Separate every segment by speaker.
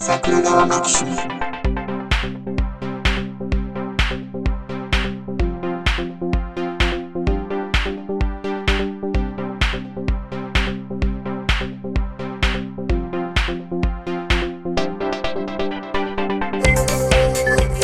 Speaker 1: 桜川マキシム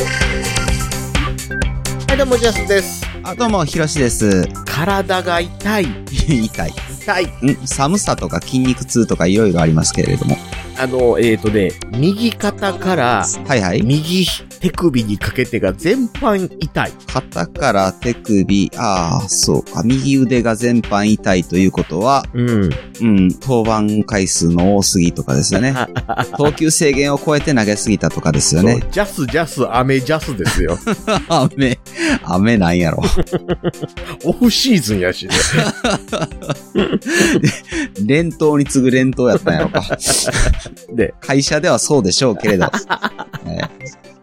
Speaker 2: はい、どうも、ジャスです。
Speaker 3: あ、どうも、ひろしです。
Speaker 2: 体が痛い。
Speaker 3: 痛い。
Speaker 2: 痛い。
Speaker 3: ん寒さとか筋肉痛とかいろいろありますけれども。
Speaker 2: あの、えーとね、右肩から、
Speaker 3: はいはい。
Speaker 2: 右手首にかけてが全般痛い。
Speaker 3: 肩から手首、ああ、そうか。右腕が全般痛いということは、
Speaker 2: う
Speaker 3: う
Speaker 2: ん。
Speaker 3: ん、登板回数の多すぎとかですよね。
Speaker 2: あ
Speaker 3: 投球制限を超えて投げすぎたとかですよね。
Speaker 2: ジャスジャス、アメジャスです よ。
Speaker 3: 雨、雨なんやろ。
Speaker 2: オフシーズンやしね。
Speaker 3: 連投に次ぐ連投やったんやろか。
Speaker 2: で、
Speaker 3: 会社ではそうでしょうけれ ど。えー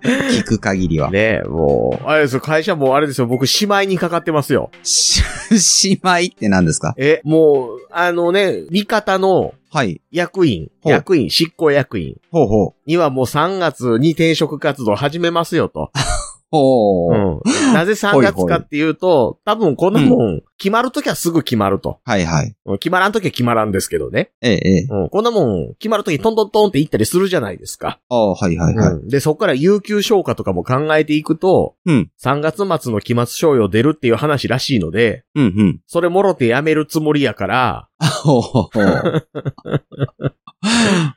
Speaker 3: 聞く限りは。
Speaker 2: ねえ、もう。あれですよ、会社もあれですよ、僕、しまいにかかってますよ。
Speaker 3: し、しまいって何ですか
Speaker 2: え、もう、あのね、味方の
Speaker 3: はい。
Speaker 2: 役員、
Speaker 3: ほう
Speaker 2: 役員、執行役員
Speaker 3: ほうほう。
Speaker 2: にはもう3月に転職活動始めますよと。
Speaker 3: ほう。
Speaker 2: うんなぜ3月かっていうと、多分こんなもん、決まるときはすぐ決まると。
Speaker 3: はいはい。
Speaker 2: うん決まらんときは決まらんですけどね。
Speaker 3: ええ、ええ。
Speaker 2: うんこんなもん、決まるときトントントンって行ったりするじゃないですか。
Speaker 3: ああ、はいはいはい。
Speaker 2: うんで、そこから有給消化とかも考えていくと、
Speaker 3: うん
Speaker 2: 3月末の期末賞与出るっていう話らしいので、
Speaker 3: うん、うん。
Speaker 2: それもろてやめるつもりやから、
Speaker 3: ほうほうほ う。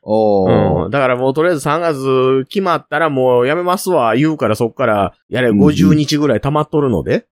Speaker 3: お
Speaker 2: う
Speaker 3: ー
Speaker 2: んだからもうとりあえず3月決まったらもうやめますわ、言うからそこから、やれ50日ぐらい溜まっとるので、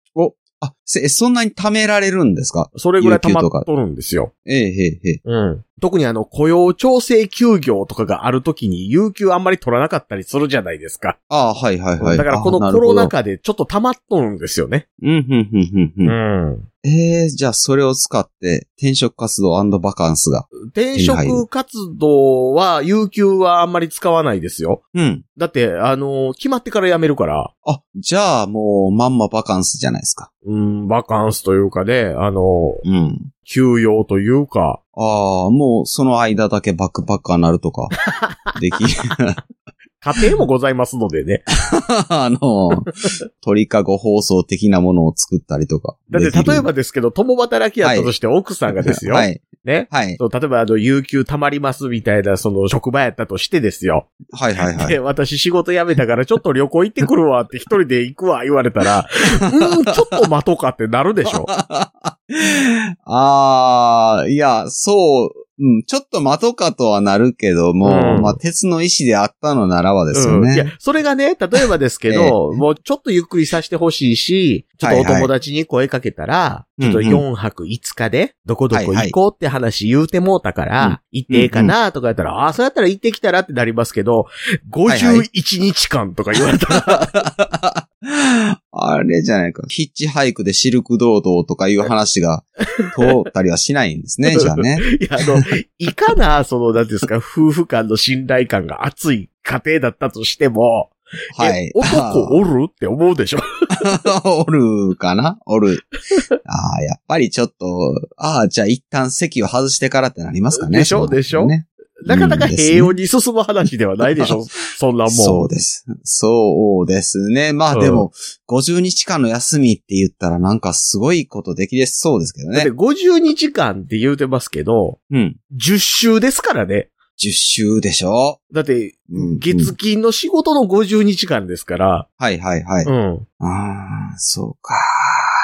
Speaker 3: あ、せ、そんなに貯められるんですか
Speaker 2: それぐらい溜まっとるんですよ。
Speaker 3: ええ、へえ、へえ。
Speaker 2: うん。特にあの、雇用調整休業とかがあるときに、有給あんまり取らなかったりするじゃないですか。
Speaker 3: ああ、はいはいはい。
Speaker 2: だからこの
Speaker 3: あ
Speaker 2: コロナ。禍でちょっと溜まっとるんですよね。
Speaker 3: なるほどうん、うん、うん、うん。
Speaker 2: ん。
Speaker 3: ええ、じゃあそれを使って、転職活動バカンスが。
Speaker 2: 転職活動は、有給はあんまり使わないですよ。
Speaker 3: うん。
Speaker 2: だって、あの決まってから辞めるから、
Speaker 3: あ、じゃあもう、まんまバカンスじゃないですか。
Speaker 2: うん、バカンスというかね、あの
Speaker 3: うん。
Speaker 2: 休養というか、
Speaker 3: ああ、もう、その間だけバックパッカーなるとか、でき、
Speaker 2: 家庭もございますのでね。
Speaker 3: あの、鳥かご放送的なものを作ったりとか。
Speaker 2: だって、
Speaker 3: できる
Speaker 2: 例えばですけど、共働きやったとして奥さんがですよ。
Speaker 3: はい。
Speaker 2: ね。
Speaker 3: はい。
Speaker 2: そう、例えば、あの、有給溜まりますみたいな、その、職場やったとしてですよ。
Speaker 3: はいはいはい。
Speaker 2: で、私仕事辞めたからちょっと旅行行ってくるわって一人で行くわ言われたら、うん、ちょっと待とうかってなるでしょ。
Speaker 3: あー、いや、そう、うん、ちょっと待とうかとはなるけども、
Speaker 2: うん
Speaker 3: まあ、鉄の意志であったのならばですよ
Speaker 2: うんいや
Speaker 3: ね。、
Speaker 2: それがね、例えばですけど、もうちょっとゆっくりさせてほしいし、ちょっとお友達に声かけたら、
Speaker 3: いはい
Speaker 2: ちょっと4泊5日で、どこどこ行こうって話言うてもうたから、
Speaker 3: はいは
Speaker 2: 行ってええかなとかやったら、ああ、そうやったら行ってきたらってなりますけど、51日間とか言われたら、
Speaker 3: あれじゃないか。ヒッチハイクでシルク道道とかいう話が通ったりはしないんです ね、じゃあね。
Speaker 2: いや、あの、いかな、その、なんていうんですか、夫婦間の信頼感が厚い家庭だったとしても、
Speaker 3: は
Speaker 2: え
Speaker 3: い。
Speaker 2: 男おるって思うでしょ。
Speaker 3: おるかなおる。ああ、やっぱりちょっと、ああ、じゃあ一旦席を外してからってなりますかね。
Speaker 2: でしょ
Speaker 3: その
Speaker 2: でしょ
Speaker 3: ね
Speaker 2: なかなか平穏に進む話ではないで しょ、そんなもん。
Speaker 3: そうです。そうですね。まあ
Speaker 2: うん
Speaker 3: でも、50日間の休みって言ったらなんかすごいことできれそうですけど
Speaker 2: だっ
Speaker 3: ね
Speaker 2: て。52時間って言うてますけど、
Speaker 3: うん。
Speaker 2: 10週ですからね。
Speaker 3: 10週でしょ
Speaker 2: だって、
Speaker 3: うん
Speaker 2: 月金の仕事の52時間ですから、
Speaker 3: はいはいはい。
Speaker 2: うん。
Speaker 3: ああ、そうか。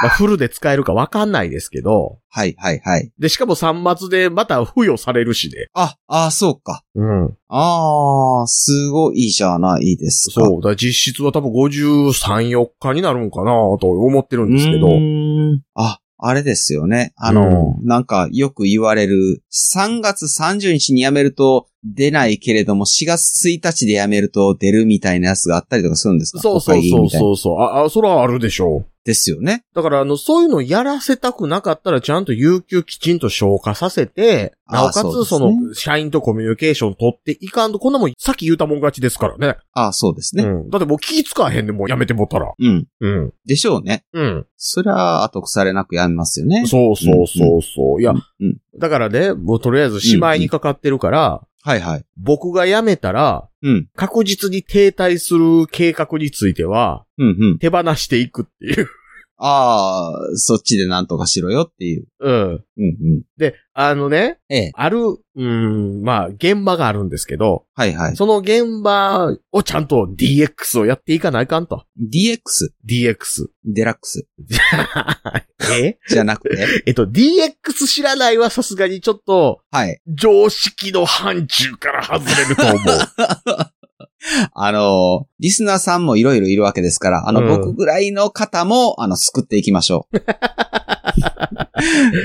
Speaker 2: まあ、フルで使えるかわかんないですけど、
Speaker 3: はいはいはい。
Speaker 2: で、しかも3末でまた付与されるしね。
Speaker 3: あ、ああ、そうか。
Speaker 2: うん。
Speaker 3: ああ、すごいじゃないですか。
Speaker 2: そう。だから実質は多分53、4日になるんかなと思ってるんですけど。
Speaker 3: うーんあ、あれですよね。あの、なんかよく言われる、3月30日に辞めると出ないけれども、4月1日で辞めると出るみたいなやつがあったりとかするんですか
Speaker 2: そうそう
Speaker 3: 国会議員
Speaker 2: そう
Speaker 3: みたいな
Speaker 2: そうそう。あ、あ、そらあるでしょう。
Speaker 3: ですよね。
Speaker 2: だから、あの、そういうのやらせたくなかったら、ちゃんと有給きちんと消化させて、
Speaker 3: あ
Speaker 2: なおか
Speaker 3: そう
Speaker 2: つ、
Speaker 3: です
Speaker 2: そ
Speaker 3: ね
Speaker 2: の、社員とコミュニケーション取っていかんと、こんなもん、さっき言うたもん勝ちですからね。
Speaker 3: ああ、そうですね。
Speaker 2: うん。だってもう気使わへんで、もうやめてもったら。
Speaker 3: うん。
Speaker 2: うん。
Speaker 3: でしょうね。
Speaker 2: うん。
Speaker 3: そりゃ、後腐れなく辞めますよね。
Speaker 2: そうそうそうそう。いや、
Speaker 3: うん。
Speaker 2: だからね、もうとりあえず、しまいにかかってるから、
Speaker 3: はいはい。
Speaker 2: 僕が辞めたら、
Speaker 3: うん。
Speaker 2: 確実に停滞する計画については、
Speaker 3: うんうん。
Speaker 2: 手放していくっていう。
Speaker 3: ああ、そっちでなんとかしろよっていう。
Speaker 2: うん。
Speaker 3: うんうん。
Speaker 2: で、あのね、
Speaker 3: ええ。
Speaker 2: ある、うん、まあ、現場があるんですけど、
Speaker 3: はいはい。
Speaker 2: その現場をちゃんと DX をやっていかないかんと。
Speaker 3: DX、
Speaker 2: DX。
Speaker 3: デラックス
Speaker 2: え
Speaker 3: じゃなくて、
Speaker 2: えっと、DX 知らないはさすがにちょっと、
Speaker 3: はい。
Speaker 2: 常識の範疇から外れると思う。
Speaker 3: あの、リスナーさんもいろいろいるわけですから、あの、
Speaker 2: うん
Speaker 3: 僕ぐらいの方も、あの、救っていきましょ う。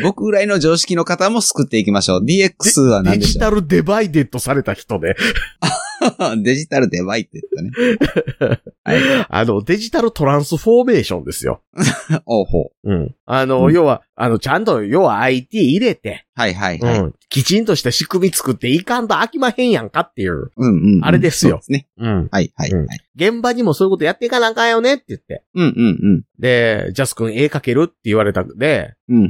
Speaker 3: 僕ぐらいの常識の方も救っていきましょう。DX は何
Speaker 2: デ
Speaker 3: でし
Speaker 2: ジ
Speaker 3: ょ
Speaker 2: タルデバイデッドされた人で、
Speaker 3: うデジタルデバイって言ったね。はい。
Speaker 2: あの、デジタルトランスフォーメーションですよ。
Speaker 3: おうほう。
Speaker 2: うん。あの、
Speaker 3: うん
Speaker 2: 要は、あの、ちゃんと、要は IT 入れて、
Speaker 3: はいはいはい。
Speaker 2: うん。きちんとした仕組み作っていかんと飽きまへんやんかっていう。
Speaker 3: うんうん、うん
Speaker 2: あれですよ
Speaker 3: そうですね。
Speaker 2: うん。
Speaker 3: はいはいはい。
Speaker 2: 現場にもそういうことやっていかなあかんよねって言って。
Speaker 3: うんうん
Speaker 2: で、ジャス君絵描けるって言われたんで、
Speaker 3: うん。うん
Speaker 2: う
Speaker 3: う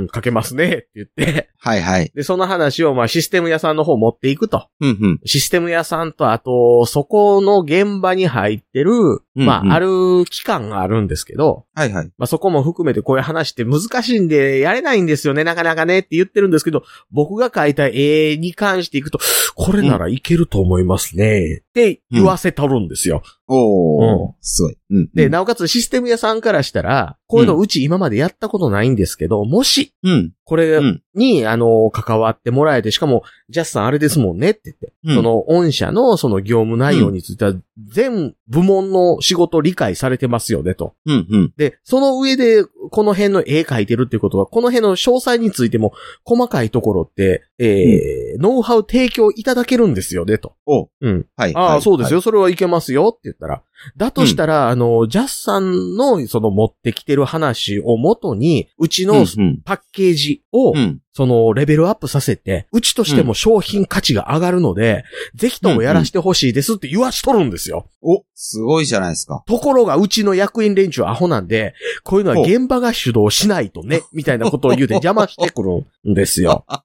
Speaker 3: ん。
Speaker 2: ん、描けますねって言って、
Speaker 3: はいはい。
Speaker 2: で、その話をまあシステム屋さんの方持っていくと。
Speaker 3: うんうん。
Speaker 2: システム屋さんと、あと、そこの現場に入ってる、
Speaker 3: うん
Speaker 2: まあ、ある機関があるんですけど、
Speaker 3: はいはい。
Speaker 2: まあ、そこも含めてこういう話って難しいんで、やれないんですよね、なかなかねって言ってるんですけど、僕が書いた絵に関していくと、これならいけると思いますね、って言わせとるんですよ。
Speaker 3: おー。
Speaker 2: う
Speaker 3: すごい。うんうん。
Speaker 2: で、なおかつシステム屋さんからしたら、こういうのうち今までやったことないんですけど、もし、
Speaker 3: うん。
Speaker 2: これ
Speaker 3: うん
Speaker 2: に、あの、関わってもらえて、しかも、ジャスさんあれですもんねって言って、
Speaker 3: うん
Speaker 2: その、御社のその業務内容については、全部門の仕事理解されてますよね、と。
Speaker 3: うんうん。
Speaker 2: で、その上で、この辺の絵描いてるってことは、この辺の詳細についても、細かいところって、えーノウハウ提供いただけるんですよね、と。
Speaker 3: お
Speaker 2: うん。
Speaker 3: はい。
Speaker 2: ああ、そうです
Speaker 3: よ。
Speaker 2: よ、それはいけますよ、って言ったら。だとしたら、あの、ジャスさんの、その持ってきてる話を元に、うち
Speaker 3: うんう
Speaker 2: の
Speaker 3: ん。
Speaker 2: パッケージを、
Speaker 3: うん。
Speaker 2: その、レベルアップさせて、うちとしても商品価値が上がるので、ぜひともやらしてほしいですって言わしとるんですよ。
Speaker 3: お、すごいじゃないですか。
Speaker 2: ところが、うちの役員連中アホなんで、こういうのは
Speaker 3: ほう
Speaker 2: 現場が主導しないとね、みたいなことを 言うて邪魔してくるんですよ。
Speaker 3: あ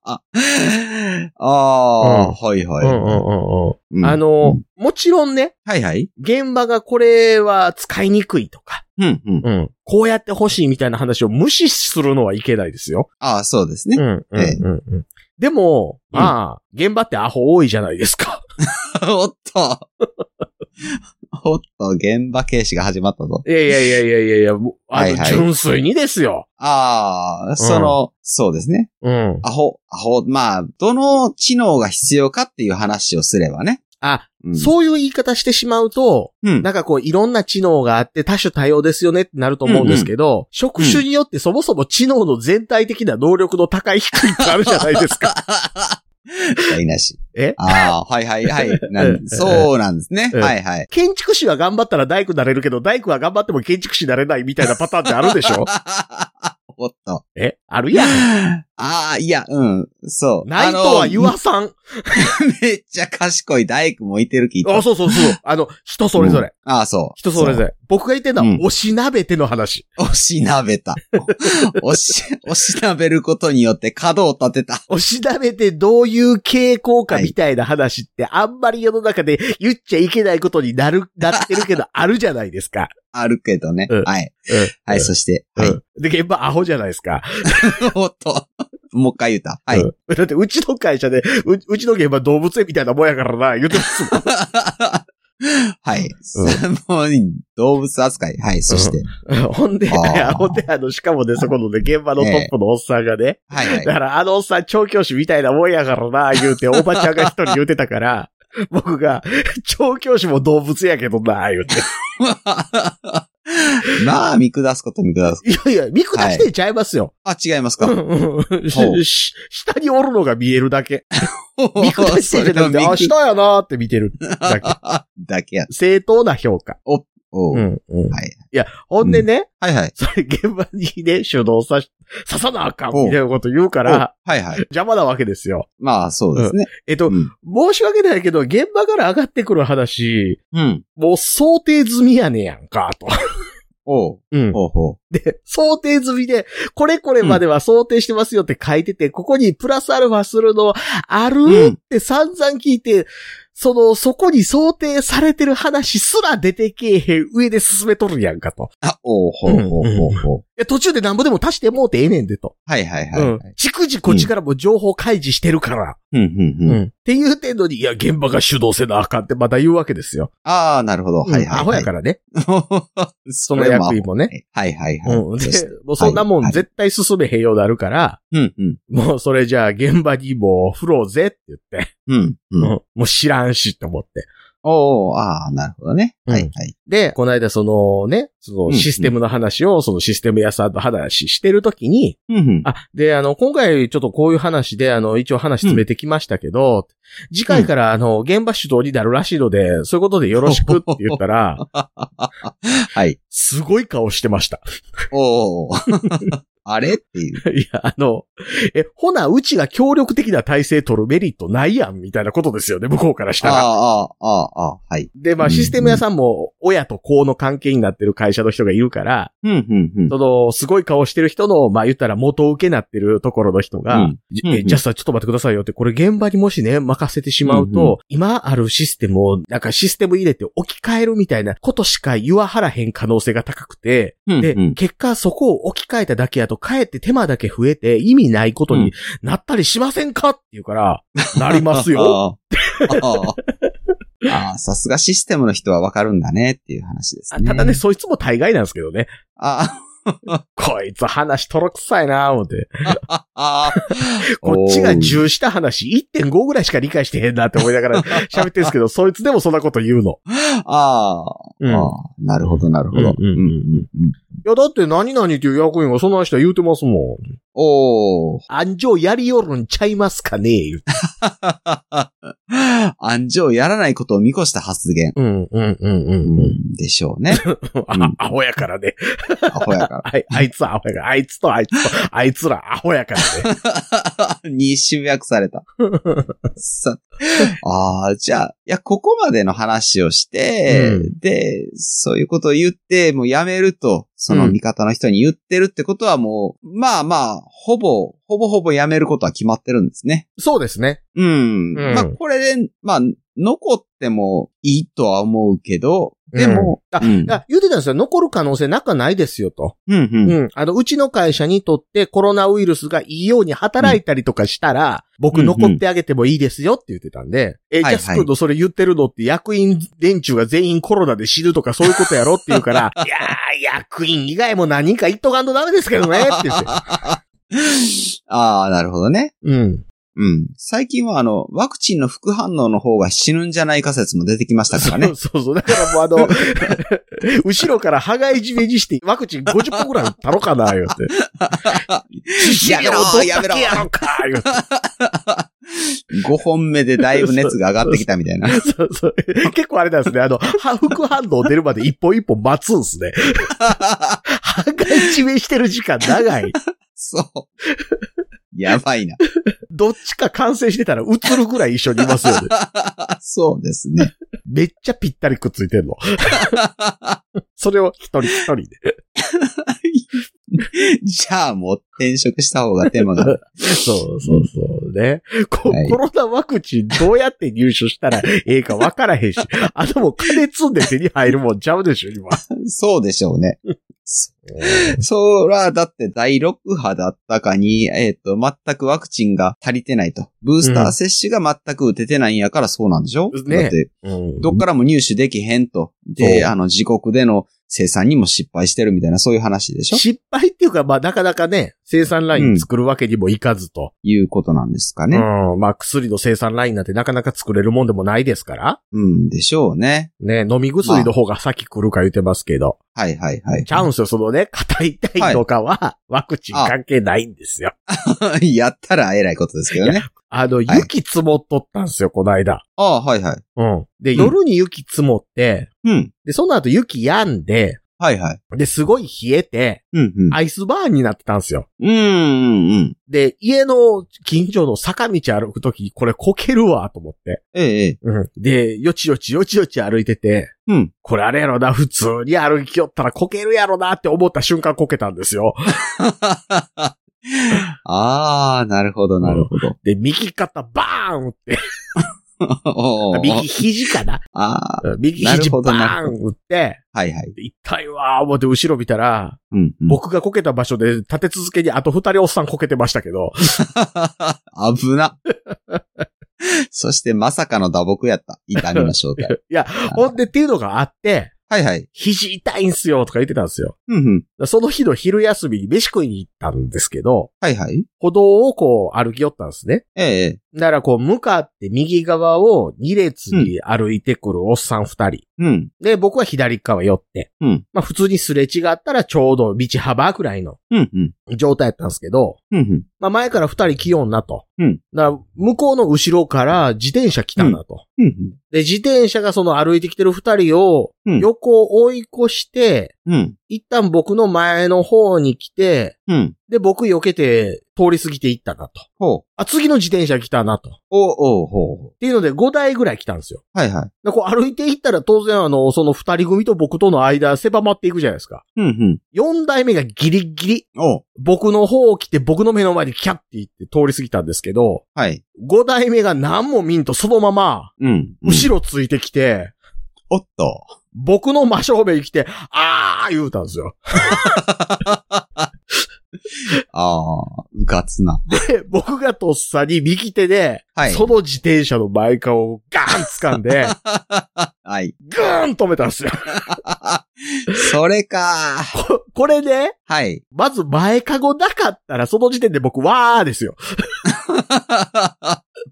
Speaker 3: あー、はい
Speaker 2: うん
Speaker 3: は
Speaker 2: う
Speaker 3: い。
Speaker 2: んうん
Speaker 3: う
Speaker 2: うんん。あの、、もちろんね、
Speaker 3: はいはい。
Speaker 2: 現場がこれは使いにくいとか、
Speaker 3: うんうん。
Speaker 2: うん。こうやってほしいみたいな話を無視するのはいけないですよ。
Speaker 3: ああ、そうです
Speaker 2: う
Speaker 3: ね。
Speaker 2: んうんうんうん。でも、まあ、現場ってアホ多いじゃないですか。
Speaker 3: おっと。 おっと、現場軽視が始まったぞ。
Speaker 2: いやいやいやいやいやいや、もうあ
Speaker 3: はい
Speaker 2: の、
Speaker 3: はい
Speaker 2: 純粋にですよ。
Speaker 3: ああ、その、そうですね。
Speaker 2: うん。
Speaker 3: アホ、アホ、まあ、どの知能が必要かっていう話をすればね。
Speaker 2: あ、
Speaker 3: うん、
Speaker 2: そういう言い方してしまうと、
Speaker 3: うん。
Speaker 2: なんかこう、いろんな知能があって多種多様ですよねってなると思うんですけど、職種によってそもそも知能の全体的な能力の高い低いってあるじゃないで すか。
Speaker 3: 台無し。
Speaker 2: え
Speaker 3: ああ、はいはい はい。な
Speaker 2: うんん
Speaker 3: そうなんですね。
Speaker 2: うん
Speaker 3: はい はい。
Speaker 2: 建築士は頑張ったら大工なれるけど、大工は頑張っても建築士なれないみたいなパターンってあるで しょ
Speaker 3: おっと。
Speaker 2: えあるやん。
Speaker 3: ああ、いや、うん、そう。
Speaker 2: ないとは言わさん。
Speaker 3: あの めっちゃ賢い大工もいてる気
Speaker 2: あそうそうそう。 あの、人それぞれ。
Speaker 3: ああ、そう。
Speaker 2: 人それぞれ。僕が言ってんのは、
Speaker 3: うん
Speaker 2: おしなべての話。
Speaker 3: そう。おしなべ た。おし、おしなべることによって角を立てた。
Speaker 2: おしなべてどういう傾向かみたいな話って、あんまり世の中で言っちゃいけないことにな る、なってるけど、あるじゃないですか。
Speaker 3: あるけどね。
Speaker 2: うん
Speaker 3: はい。
Speaker 2: うん
Speaker 3: はい、そして、は
Speaker 2: う
Speaker 3: い。
Speaker 2: んで、現場アホじゃないですか。
Speaker 3: おっと。もう一回言うた。はい。
Speaker 2: うんだって、うちの会社で、ううちの現場動物園みたいなもんやからな、言うて ます。
Speaker 3: はい。もう、動物扱い。はい、そして。
Speaker 2: ほんで、
Speaker 3: あー
Speaker 2: ほんで、あの、しかもね、そこのね、現場のトップのおっさんがね、
Speaker 3: はいはい
Speaker 2: だ。から、あのおっさん調教師みたいなもんやからな、言うて、おばちゃんが一人言うてた から、僕が、調教師も動物やけどな、言うて。
Speaker 3: まあ、見下すこと見下す。
Speaker 2: いやいや、見下してんちゃいますよ。
Speaker 3: あ、違いますか。
Speaker 2: うん
Speaker 3: ほう
Speaker 2: しし下におるのが見えるだけ。見下してんじゃなくて、あ、
Speaker 3: それ
Speaker 2: 下やなーって見てる だけ。
Speaker 3: は見だけや。
Speaker 2: 正当な評価。
Speaker 3: おう
Speaker 2: うんうん
Speaker 3: はい。
Speaker 2: いや、ほんでね、
Speaker 3: はいはい。
Speaker 2: それ現場にね、主導さし、刺さなあかん
Speaker 3: ほう
Speaker 2: みたいなこと言うから、
Speaker 3: おはいはい。
Speaker 2: 邪魔なわけですよ。
Speaker 3: まあ、そうですね。
Speaker 2: えっと、
Speaker 3: うん
Speaker 2: 申し訳ないけど、現場から上がってくる話、
Speaker 3: うん。
Speaker 2: もう想定済みやねやんか、と。
Speaker 3: おう。
Speaker 2: うん。
Speaker 3: ほうほう。
Speaker 2: で、 想定済みで、これこれまでは想定してますよって書いてて、ここにプラスアルファするのある
Speaker 3: うん
Speaker 2: って散々聞いて、その、そこに想定されてる話すら出てけえへん上で進めとるやんかと。
Speaker 3: あ、おうほうほうほうほう。
Speaker 2: いや途中で何ぼでも足してもうてええねんでと。
Speaker 3: はいはいは
Speaker 2: う
Speaker 3: いは
Speaker 2: ん
Speaker 3: い。。
Speaker 2: 逐次こっちからも情報開示してるから。
Speaker 3: うん、うん、うん。
Speaker 2: っていう程度に、いや、現場が主導せなあかんってまた言うわけですよ。
Speaker 3: ああ、なるほど。はいはい、はい。。
Speaker 2: アホやかららね。
Speaker 3: そ
Speaker 2: その
Speaker 3: れは
Speaker 2: 役員もね。
Speaker 3: はいはいはい。
Speaker 2: うん。で
Speaker 3: そして、
Speaker 2: もうそんなもん絶対進めへんようになるから、
Speaker 3: うん、うん。
Speaker 2: もうそれじゃあ現場にもう振ろうぜって言って、
Speaker 3: うん、
Speaker 2: うん
Speaker 3: うん。
Speaker 2: もう知らんしって思って。
Speaker 3: おうああ、なるほどね。
Speaker 2: うん
Speaker 3: はいはい。
Speaker 2: で、この間そのね、そのシステムの話を、そのシステム屋さんと話してるときに、
Speaker 3: うん、うん。
Speaker 2: あ、で、あの、今回ちょっとこういう話で、あの、一応話詰めてきましたけど、次回からあの、現場主導になるらしいので、そういうことでよろしくって言った ら、
Speaker 3: はい。
Speaker 2: すごい顔してました。
Speaker 3: おう あれっていう。
Speaker 2: いや、あの、え、ほな、うちが協力的な体制取るメリットないやん、みたいなことですよね、向こうからしたら。
Speaker 3: ああ、ああ、ああ、はい。
Speaker 2: で、ま
Speaker 3: う
Speaker 2: あ、
Speaker 3: ん
Speaker 2: システム屋さんも、親と子の関係になってる会社の人がいるから、
Speaker 3: うん、うん、うん。
Speaker 2: その、すごい顔してる人の、まあ、言ったら元受けなってるところの人が、
Speaker 3: うん
Speaker 2: じ
Speaker 3: うんう
Speaker 2: え
Speaker 3: ん
Speaker 2: ジャスさんちょっと待ってくださいよって、これ現場にもしね、任せてしまうと、
Speaker 3: うんう
Speaker 2: 今あるシステムを、なんかシステム入れて置き換えるみたいなことしか言わはらへん可能性が高くて、
Speaker 3: うん
Speaker 2: で、
Speaker 3: うん
Speaker 2: 結果そこを置き換えただけやと、かえって手間だけ増えて意味ないことになったりしませんかって言うから、なりますよ。
Speaker 3: ああ。ああ、さすがシステムの人はわかるんだねっていう話です
Speaker 2: あ
Speaker 3: ね。
Speaker 2: ただね、。そいつも大概なんですけどね。
Speaker 3: あ
Speaker 2: こいつ話とろくさいなぁ思って。
Speaker 3: あ、ああ。
Speaker 2: こっちが
Speaker 3: おう
Speaker 2: 10した話1.5ぐらいしか理解してへんなって思いながら 喋ってるんですけど、そいつでもそんなこと言うの。
Speaker 3: ああ、
Speaker 2: うん。い
Speaker 3: ああ、なるほど、なるほど。
Speaker 2: うんうんうん
Speaker 3: うんうん
Speaker 2: や、だって何々っていう役員がそんな人言うてますもん。
Speaker 3: おー。
Speaker 2: 安城やりよるんちゃいますかね言うて
Speaker 3: 安城やらないことを見越した発言。
Speaker 2: うん、うん、うん、うんうん。
Speaker 3: でしょうね。
Speaker 2: あアホやからね。
Speaker 3: アホやか
Speaker 2: あいあいつはアホやから。あいつとあいつと、あいつらアホやからね。
Speaker 3: ら。に集約され た。さああ、じゃあ、いや、ここまでの話をして、
Speaker 2: う
Speaker 3: で、そういうことを言って、もうやめると、その味方の人に言ってるってことはもう、まあまあ、ほぼ、ほぼほぼやめることは決まってるんですね。
Speaker 2: そうですね。
Speaker 3: うん。
Speaker 2: ん
Speaker 3: まあ、これで、まあ、残ってもいいとは思うけど、でも、
Speaker 2: うんあ
Speaker 3: うん
Speaker 2: いや言うてたんですよ。残る可能性なくはないですよ、と。
Speaker 3: うんうん
Speaker 2: うん。あの、うちの会社にとってコロナウイルスがいいように働いたりとかしたら、僕残ってあげてもいいですよって言ってたんで、え、
Speaker 3: はい
Speaker 2: ジャス君のそれ言ってるのって役員連中が全員コロナで死ぬとかそういうことやろって言う から、いやー、役員以外も何人か言っとかんとダメですけどね、って言 って。
Speaker 3: ああ、なるほどね。
Speaker 2: うん。
Speaker 3: うん。最近はあの、ワクチンの副反応の方が死ぬんじゃないか説も出てきましたからね。
Speaker 2: そうそう。だからもうあ の、後ろから羽がいじめにしてワクチン50本ぐらい打ったろかな、言う て。
Speaker 3: やめろやめろ
Speaker 2: どんだけやろうか、言うて。
Speaker 3: 5本目でだいぶ熱が上がってきたみたいな。
Speaker 2: そうそう。結構あれなんですね。あの、は副反応出るまで一本一本待つんですね。歯が一面してる時間長い。
Speaker 3: そう。やばいな。
Speaker 2: どっちか感染してたら映るぐらい一緒にいますよね。
Speaker 3: そうですね。
Speaker 2: めっちゃぴったりくっついてんの。それを一人一人で。
Speaker 3: じゃあもう転職した方がテーマ が。
Speaker 2: そうそうそうね。こ
Speaker 3: はい
Speaker 2: コロナワクチンどうやって入手したらええかわからへ んし。あともう金積んで手に入るもんちゃうでしょ、今。
Speaker 3: そうでしょうね。そそら、だって第6波だったかに、えっ、と、全くワクチンが足りてないと。ブースター接種が全く打ててないんやからそうなんでしょ、
Speaker 2: うんね
Speaker 3: だって、
Speaker 2: うん
Speaker 3: どっからも入手できへんと。で、
Speaker 2: そう
Speaker 3: あの、自国での生産にも失敗してるみたいな、そういう話でしょ
Speaker 2: 失敗っていうか、まあなかなかね、生産ライン作るわけにもいかずと。
Speaker 3: いうことなんですかね。
Speaker 2: うん。まあ、薬の生産ラインなんてなかなか作れるもんでもないですから。
Speaker 3: うん、でしょうね。
Speaker 2: ね、飲み薬の方が先来るか言ってますけど。
Speaker 3: はいはいはい。
Speaker 2: チャンスよ、そのね、肩痛いとかは、ワクチン関係ないんですよ。
Speaker 3: やったらえらいことですけど
Speaker 2: い
Speaker 3: ね。
Speaker 2: あの、雪積もっとったんですよ、この間。
Speaker 3: ああ、はいはい。
Speaker 2: うん。で、
Speaker 3: うん
Speaker 2: 夜に雪積もって、
Speaker 3: うん。
Speaker 2: で、その後雪止んで、
Speaker 3: はいはい。
Speaker 2: で、すごい冷えて、
Speaker 3: うんうん。
Speaker 2: アイスバーンになってたんですよ。
Speaker 3: うんうんうん。
Speaker 2: で、家の近所の坂道歩くとき、これこけるわ、と思って。
Speaker 3: ええええ。
Speaker 2: うん。で、よちよちよちよち歩いてて、
Speaker 3: うん。
Speaker 2: これあれやろな、普通に歩きよったらこけるやろなって思った瞬間こけたんですよ。
Speaker 3: ああ、なるほど、なるほど。
Speaker 2: で、右肩バーン打って、
Speaker 3: おー
Speaker 2: 右肘かな
Speaker 3: ああ、
Speaker 2: うん右
Speaker 3: な
Speaker 2: 肘
Speaker 3: る
Speaker 2: バ
Speaker 3: ほどな
Speaker 2: ー
Speaker 3: る
Speaker 2: ン打って、
Speaker 3: はいはい。
Speaker 2: で痛いわー思って後ろ見たら、
Speaker 3: うん、うん。
Speaker 2: 僕がこけた場所で立て続けにあと二人おっさんこけてましたけど、
Speaker 3: 危な。 そしてまさかの打撲やった。痛みの正体。
Speaker 2: いや、ほんでっていうのがあって、
Speaker 3: はいはい。
Speaker 2: 肘痛いんすよとか言ってたんですよ。
Speaker 3: うんうん。
Speaker 2: その日の昼休みに飯食いに行ったんですけど、
Speaker 3: はいはい。
Speaker 2: 歩道をこう歩き寄ったんですね。
Speaker 3: ええええ。
Speaker 2: だからこう向かって右側を2列に歩いてくるおっさん2人。
Speaker 3: うん。
Speaker 2: で、僕は左側寄って。
Speaker 3: うん
Speaker 2: まあ普通にすれ違ったらちょうど道幅くらいの
Speaker 3: うんうん。
Speaker 2: 状態やったんですけど、
Speaker 3: うんうん。
Speaker 2: まあ前から2人来よんなと。
Speaker 3: うん
Speaker 2: だから向こうの後ろから自転車来たなと。
Speaker 3: うんうん。
Speaker 2: で、自転車がその歩いてきてる二人を、
Speaker 3: うん
Speaker 2: 横を追い越して、
Speaker 3: うん。
Speaker 2: 一旦僕の前の方に来て、
Speaker 3: うん。
Speaker 2: で、僕避けて通り過ぎていったなと。
Speaker 3: ほう。
Speaker 2: あ、次の自転車来たなと。っ
Speaker 3: おうおうほうほ
Speaker 2: ていうので5台ぐらい来たんですよ。
Speaker 3: う。はいはい。
Speaker 2: で、こう歩いていったら当然あの、その二人組と僕との間狭まっていくじゃないですか。
Speaker 3: うんうん。
Speaker 2: 四代目がギリギリ、
Speaker 3: おう。
Speaker 2: 僕の方を来て僕の目の前にキャッて行って通り過ぎたんですけど、
Speaker 3: はい。
Speaker 2: 五代目が何も見んとそのまま、
Speaker 3: うん。
Speaker 2: 後ろついてきて、
Speaker 3: おっと。
Speaker 2: 僕の真正面に来て、あー言うたんですよ。
Speaker 3: ああ、うかつな。
Speaker 2: で、僕がとっさに右手で、
Speaker 3: はい
Speaker 2: その自転車の前カをガーン掴ん で、
Speaker 3: はい。
Speaker 2: グーン止めたんですよ。
Speaker 3: それか。
Speaker 2: ここれね、
Speaker 3: はい。
Speaker 2: まず前カゴなかったら、その時点で僕、わーですよ。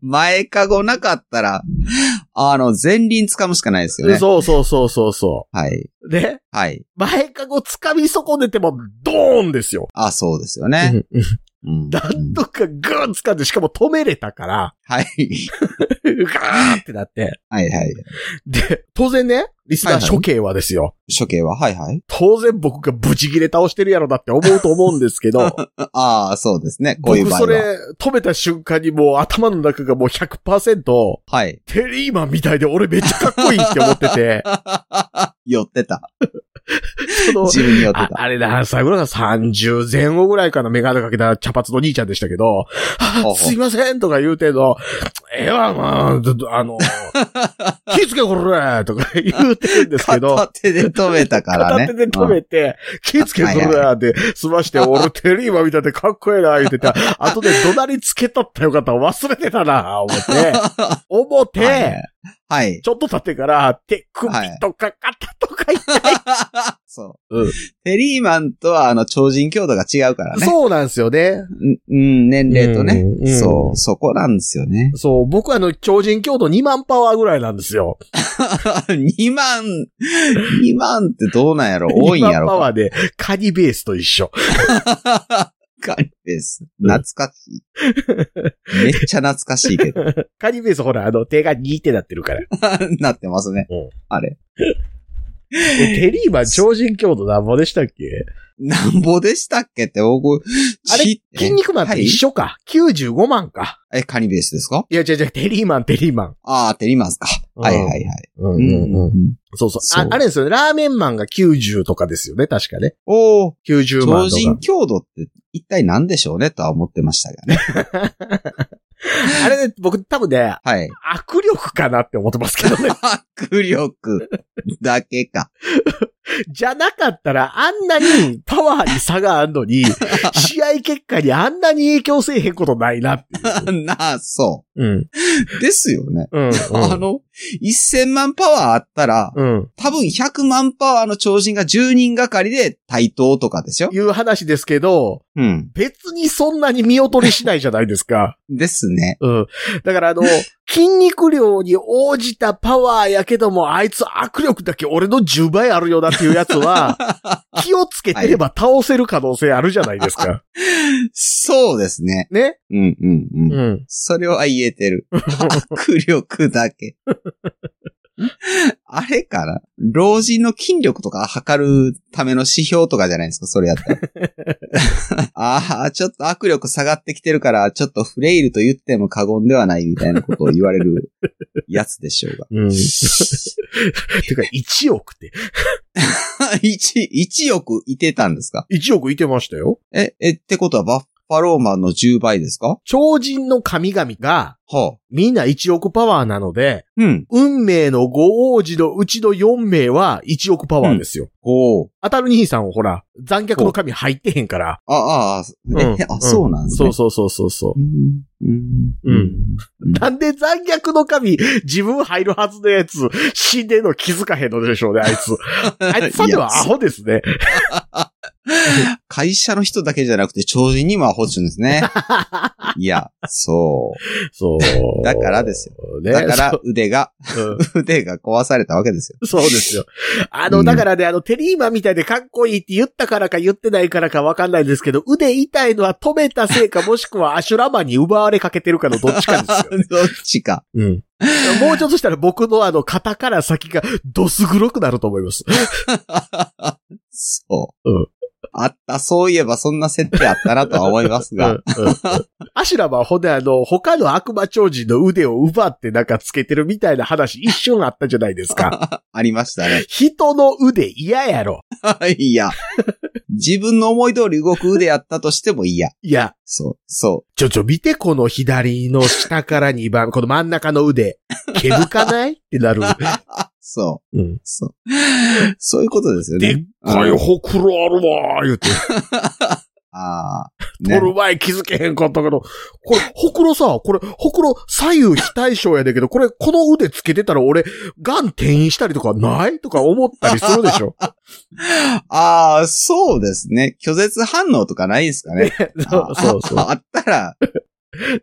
Speaker 3: 前かごなかったら、あの、前輪掴むしかないですよね。
Speaker 2: そうそうそうそうそ
Speaker 3: はい。
Speaker 2: う。ね、
Speaker 3: はい。
Speaker 2: 前カゴ掴み損ねても、ドーンですよ。
Speaker 3: あ、そうですよ ね。うん。
Speaker 2: なんとかグーン掴んで、しかも止めれたから、
Speaker 3: はい。
Speaker 2: ガーンってなって。
Speaker 3: はいはい。
Speaker 2: で、当然ね、リスナ
Speaker 3: は
Speaker 2: ー
Speaker 3: いはい
Speaker 2: 処刑はですよ。
Speaker 3: 処刑ははいはい。
Speaker 2: 当然僕がブチギレ倒してるやろだって思うと思うんですけど、
Speaker 3: ああ、そうですね。こういう
Speaker 2: 僕
Speaker 3: 場合
Speaker 2: そ
Speaker 3: は。
Speaker 2: れ止めた瞬間にもう頭の中がもう100%、
Speaker 3: はい。
Speaker 2: テリーマンみたいで俺めっちゃかっこいいって思って て、
Speaker 3: 寄ってた。
Speaker 2: その
Speaker 3: 自分に寄って
Speaker 2: あ
Speaker 3: た。
Speaker 2: あれだ、最後のが30前後ぐらいかな、メガネかけた茶髪の兄ちゃんでしたけど、
Speaker 3: ほ
Speaker 2: あ
Speaker 3: う
Speaker 2: すいませんとか言うてんの、ええわ、まあ、ちょっとあ の、気付けこれとか言うてるんです けど、
Speaker 3: 片手で止めたからね。
Speaker 2: 片手で止めて、気付けとるなって、済まして、俺テリーマン 見たってかっこええな、言ってた。後で怒鳴りつけとったよかった。忘れてたな、思って。 思
Speaker 3: う
Speaker 2: っ
Speaker 3: ん
Speaker 2: て、
Speaker 3: はい。
Speaker 2: ちょっと経ってから、手首とか肩とか痛い。
Speaker 3: そう。
Speaker 2: うん
Speaker 3: テリーマンとは、あの、超人強度が違うからね。
Speaker 2: そうなんですよね。
Speaker 3: うんうん、年齢とね
Speaker 2: うんうん。。
Speaker 3: そう、そこなんですよね
Speaker 2: そう、僕あの、超人強度2万パワーぐらいなんですよ。
Speaker 3: 2万、2万ってどうなんやろ多いんや
Speaker 2: 2万
Speaker 3: ろ
Speaker 2: パ
Speaker 3: か
Speaker 2: ワーで、カニベースと一緒。
Speaker 3: かです。懐かしい。めっちゃ懐かしいけど。
Speaker 2: カニベースほら、あの、手が2手なってる から。
Speaker 3: なってますね
Speaker 2: うん。
Speaker 3: あれ。
Speaker 2: テリーマン超人強度なんぼでしたっけ
Speaker 3: なんぼでしたっけって、僕、
Speaker 2: あれ
Speaker 3: 知って
Speaker 2: 筋肉マンって一緒か。95万か。
Speaker 3: え、カニベースですか
Speaker 2: いや、違う違う、テリーマン、テリーマン。
Speaker 3: ああ、テリーマンスか。はいはいはい。
Speaker 2: うん
Speaker 3: う
Speaker 2: うんうん
Speaker 3: んうん
Speaker 2: そうそう
Speaker 3: そ
Speaker 2: あ
Speaker 3: う。
Speaker 2: あれですよね。ラーメンマンが90とかですよね。確かね。
Speaker 3: おー、
Speaker 2: 90
Speaker 3: 超
Speaker 2: 万と
Speaker 3: 人
Speaker 2: か。
Speaker 3: 強度って一体何でしょうねとは思ってましたがね。
Speaker 2: あれね、僕多分ね、
Speaker 3: はい。
Speaker 2: 握力かなって思ってますけ どね。
Speaker 3: 握力だけか。
Speaker 2: じゃなかったら、あんなにパワーに差があん のに、試合結果にあんなに影響せえへんことないなっていう。
Speaker 3: なあ、そ
Speaker 2: うん。
Speaker 3: う。ですよね。
Speaker 2: うん。
Speaker 3: あの、1000万パワーあったら、
Speaker 2: うん。
Speaker 3: 多分100万パワーの超人が10人がかりで対等とかでしょ
Speaker 2: いう話ですけど、
Speaker 3: うん。
Speaker 2: 別にそんなに見劣りしないじゃないですか。
Speaker 3: ですね。
Speaker 2: うん。だから あの、筋肉量に応じたパワーやけども、あいつ握力だけ俺の10倍あるよなっていうや つは、気をつけてれば倒せる可能性あるじゃないですか。
Speaker 3: そうですね。
Speaker 2: ね
Speaker 3: うんうんうん。
Speaker 2: うん。。
Speaker 3: それは言えてる。握力だけ。 あれかな老人の筋力とか測るための指標とかじゃないですか、それやったら。 ああ、ちょっと握力下がってきてるから、ちょっとフレイルと言っても過言ではないみたいなことを言われるやつでしょうが
Speaker 2: うん。てか、1億って。
Speaker 3: 一、一億いてたんですか
Speaker 2: 1億いてましたよ。
Speaker 3: え、え、ってことはバッファローマンの10倍ですか
Speaker 2: 超人の神々が、
Speaker 3: はあ。
Speaker 2: みんな1億パワーなので、
Speaker 3: うん。
Speaker 2: 運命の五王子のうちの4名は1億パワーですよ。
Speaker 3: おう。
Speaker 2: 当たる兄さんほら、残虐の神入ってへんから。
Speaker 3: ああ、あ、え
Speaker 2: うん
Speaker 3: あ、そうなんです
Speaker 2: そ
Speaker 3: ね
Speaker 2: う。そうそうそうそう
Speaker 3: う。ん。うん。うん
Speaker 2: なんで残虐の神、自分入るはずのやつ、死んでんの気づかへんのでしょうね、あ いつ。あいつさてはアホですね。
Speaker 3: 会社の人だけじゃなくて、超人にもアホっちゅうんです ね。いや、そ
Speaker 2: そう。
Speaker 3: だからです
Speaker 2: よ。
Speaker 3: う。
Speaker 2: ね、
Speaker 3: だから
Speaker 2: そ、
Speaker 3: 腕が、
Speaker 2: ううん
Speaker 3: 腕が壊されたわけですよ。
Speaker 2: そうですよ。あ
Speaker 3: う
Speaker 2: の、
Speaker 3: ん
Speaker 2: だからね、あの、テリーマンみたいでかっこいいって言ったからか言ってないからかわかんないですけど、腕痛いのは止めたせい か、もしくはアシュラマンに奪われかけてるかのどっちかですよ。
Speaker 3: どっちか。
Speaker 2: うん。もうちょっとしたら僕のあの、肩から先がドス黒くなると思います。
Speaker 3: そう。
Speaker 2: うん
Speaker 3: あった、そういえばそんな設定あったなとは思います
Speaker 2: うんう
Speaker 3: が
Speaker 2: ん。アシュラマンほんであの、他の悪魔超人の腕を奪ってなんかつけてるみたいな話一瞬あったじゃないですか。
Speaker 3: ありましたね。
Speaker 2: 人の腕嫌やろ。
Speaker 3: いや。自分の思い通り動く腕やったとしても嫌。
Speaker 2: いや、
Speaker 3: そう、そ
Speaker 2: ちょちょ見てこの左の下から2番、この真ん中の腕。毛深かないってなる。
Speaker 3: う、そ
Speaker 2: うん
Speaker 3: う、。そう。そういうことですよ
Speaker 2: で
Speaker 3: ね。
Speaker 2: っかいほくろあるわー言うて。
Speaker 3: ああ。
Speaker 2: 取る前気づけへんかったけど、これ、ほくろさ、これ、ほくろ左右非対称やだけど、これ、この腕つけてたら俺、ガン転移したりとかないとか思ったりするでしょ。
Speaker 3: ああ、そうですね。拒絶反応とかないですかね。
Speaker 2: そうそうそう。
Speaker 3: ああったら、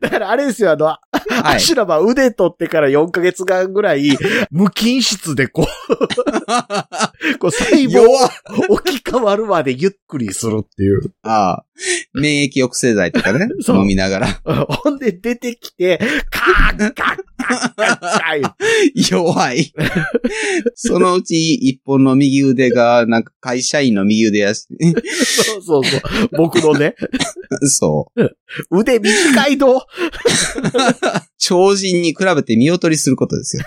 Speaker 2: だからあれですよ、あの、
Speaker 3: は
Speaker 2: ア
Speaker 3: い。
Speaker 2: シュラマ腕取ってから4ヶ月間ぐらい、無菌室で こう、こう細胞
Speaker 3: 弱っ
Speaker 2: を置き換わるまでゆっくりするっていう。
Speaker 3: ああ免疫抑制剤とかね。
Speaker 2: そう
Speaker 3: 飲みながら。
Speaker 2: ほんで出てきて、カーッカッカッカッカッ言う
Speaker 3: 弱い。そのうち一本の右腕が、なんか会社員の右腕やし、
Speaker 2: そうそうそう。僕のね、
Speaker 3: そう。
Speaker 2: 腕短いの。
Speaker 3: 超人に比べて見劣りすることです よ。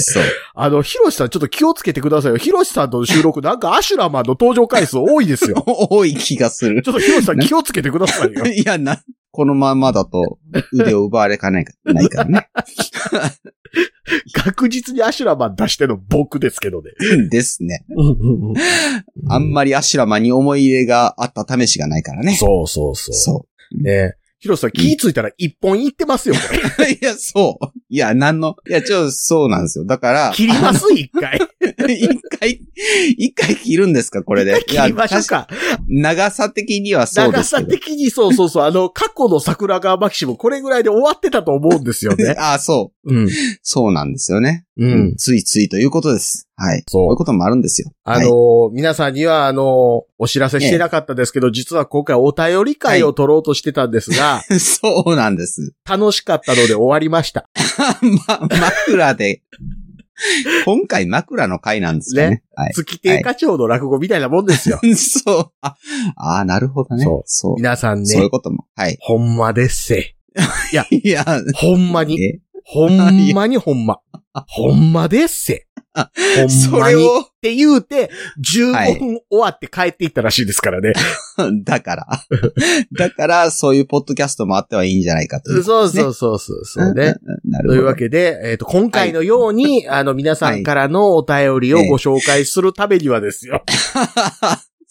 Speaker 3: そう。
Speaker 2: あの、ヒロシさんちょっと気をつけてくださいよ。ヒロシさんとの収録なんかアシュラマンの登場回数多いですよ。
Speaker 3: 多い気がする
Speaker 2: ち。ょっとヒロシさん気をつけてくださいよ。
Speaker 3: いや、な、このままだと腕を奪われかないかないからね。
Speaker 2: 確実にアシュラマン出しての僕ですけどね。
Speaker 3: ですね。あんまりアシュラマに思い入れがあった試しがないからね。
Speaker 2: そうそうそう。
Speaker 3: そ
Speaker 2: ねヒロシさん気ぃついたら一本いってますよ、これ。
Speaker 3: う。 いや、そう。いや、なんの。いや、ちょ、そうなんですよ。だから、
Speaker 2: 切ります一回。
Speaker 3: 一回、一回切るんですか、これで。
Speaker 2: 切りましょう
Speaker 3: いや。確
Speaker 2: か。
Speaker 3: か長さ的にはそうで
Speaker 2: 長
Speaker 3: すけ
Speaker 2: さ
Speaker 3: ど。。
Speaker 2: 的にそうそうそう。あの、過去の桜川マキシム、これぐらいで終わってたと思うんですよね
Speaker 3: ああ、そ
Speaker 2: うん。
Speaker 3: う。そうなんですよね。
Speaker 2: うん。
Speaker 3: ついついということです。はい。
Speaker 2: そ
Speaker 3: こ
Speaker 2: う
Speaker 3: ういうこともあるんですよ。
Speaker 2: あのー皆さんには、あのーお知らせしてなかったですけど、実は今回お便り会を取ろうとしてたんですが、
Speaker 3: はいそうなんです。
Speaker 2: 楽しかったので終わりました。
Speaker 3: ま、枕で。今回枕の回なんですかね。
Speaker 2: ね
Speaker 3: はい。
Speaker 2: 月亭課長の落語みたいなもんですよ。
Speaker 3: そう。あ、ああ、なるほどね。
Speaker 2: そう
Speaker 3: そう。
Speaker 2: 皆さん
Speaker 3: そういう
Speaker 2: ね、
Speaker 3: ことも。はい。
Speaker 2: ほんまですせ。
Speaker 3: いや、
Speaker 2: ほんまに、
Speaker 3: え
Speaker 2: ほんまにほ んま。ほんまですせ。ほ
Speaker 3: そ
Speaker 2: んま
Speaker 3: れ
Speaker 2: にっ
Speaker 3: を、
Speaker 2: て言うて、
Speaker 3: はい
Speaker 2: 15分終わって帰っていったらしいですか らね。
Speaker 3: だ から。だから、そういうポッドキャストもあってはいいんじゃないかという。
Speaker 2: そうそうそうそうそうね。
Speaker 3: うん。うんなるほど。
Speaker 2: というわけで、えっ、と、今回のように、あの、皆さんからのお便りをご紹介するためにはですよ。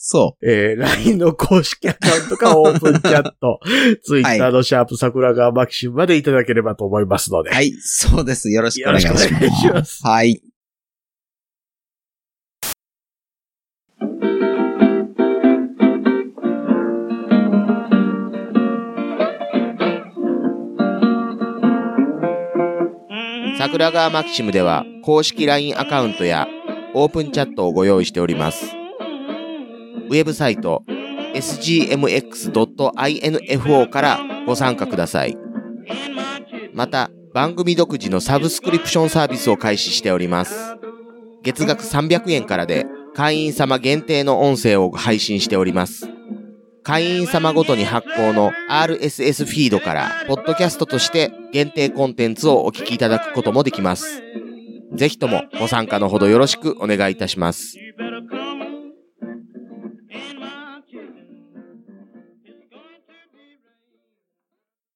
Speaker 3: そ
Speaker 2: えー、LINE の公式アカウントかオープンチャット、Twitter のシャープ桜川マキシムまでいただければと思いますので。
Speaker 3: う。はい、そうです。よろしくお
Speaker 2: よ
Speaker 3: 願
Speaker 2: ろ
Speaker 3: い
Speaker 2: し
Speaker 3: し
Speaker 2: くお
Speaker 3: ま
Speaker 2: 願い
Speaker 3: す。
Speaker 2: します。
Speaker 3: はい。
Speaker 1: 桜川マキシムでは公式 LINE アカウントやオープンチャットをご用意しておりますウェブサイト sgmx.info からご参加くださいまた番組独自のサブスクリプションサービスを開始しております月額300円からで会員様限定の音声を配信しております。会員様ごとに発行の RSS フィードから、ポッドキャストとして限定コンテンツをお聞きいただくこともできます。ぜひともご参加のほどよろしくお願いいたします。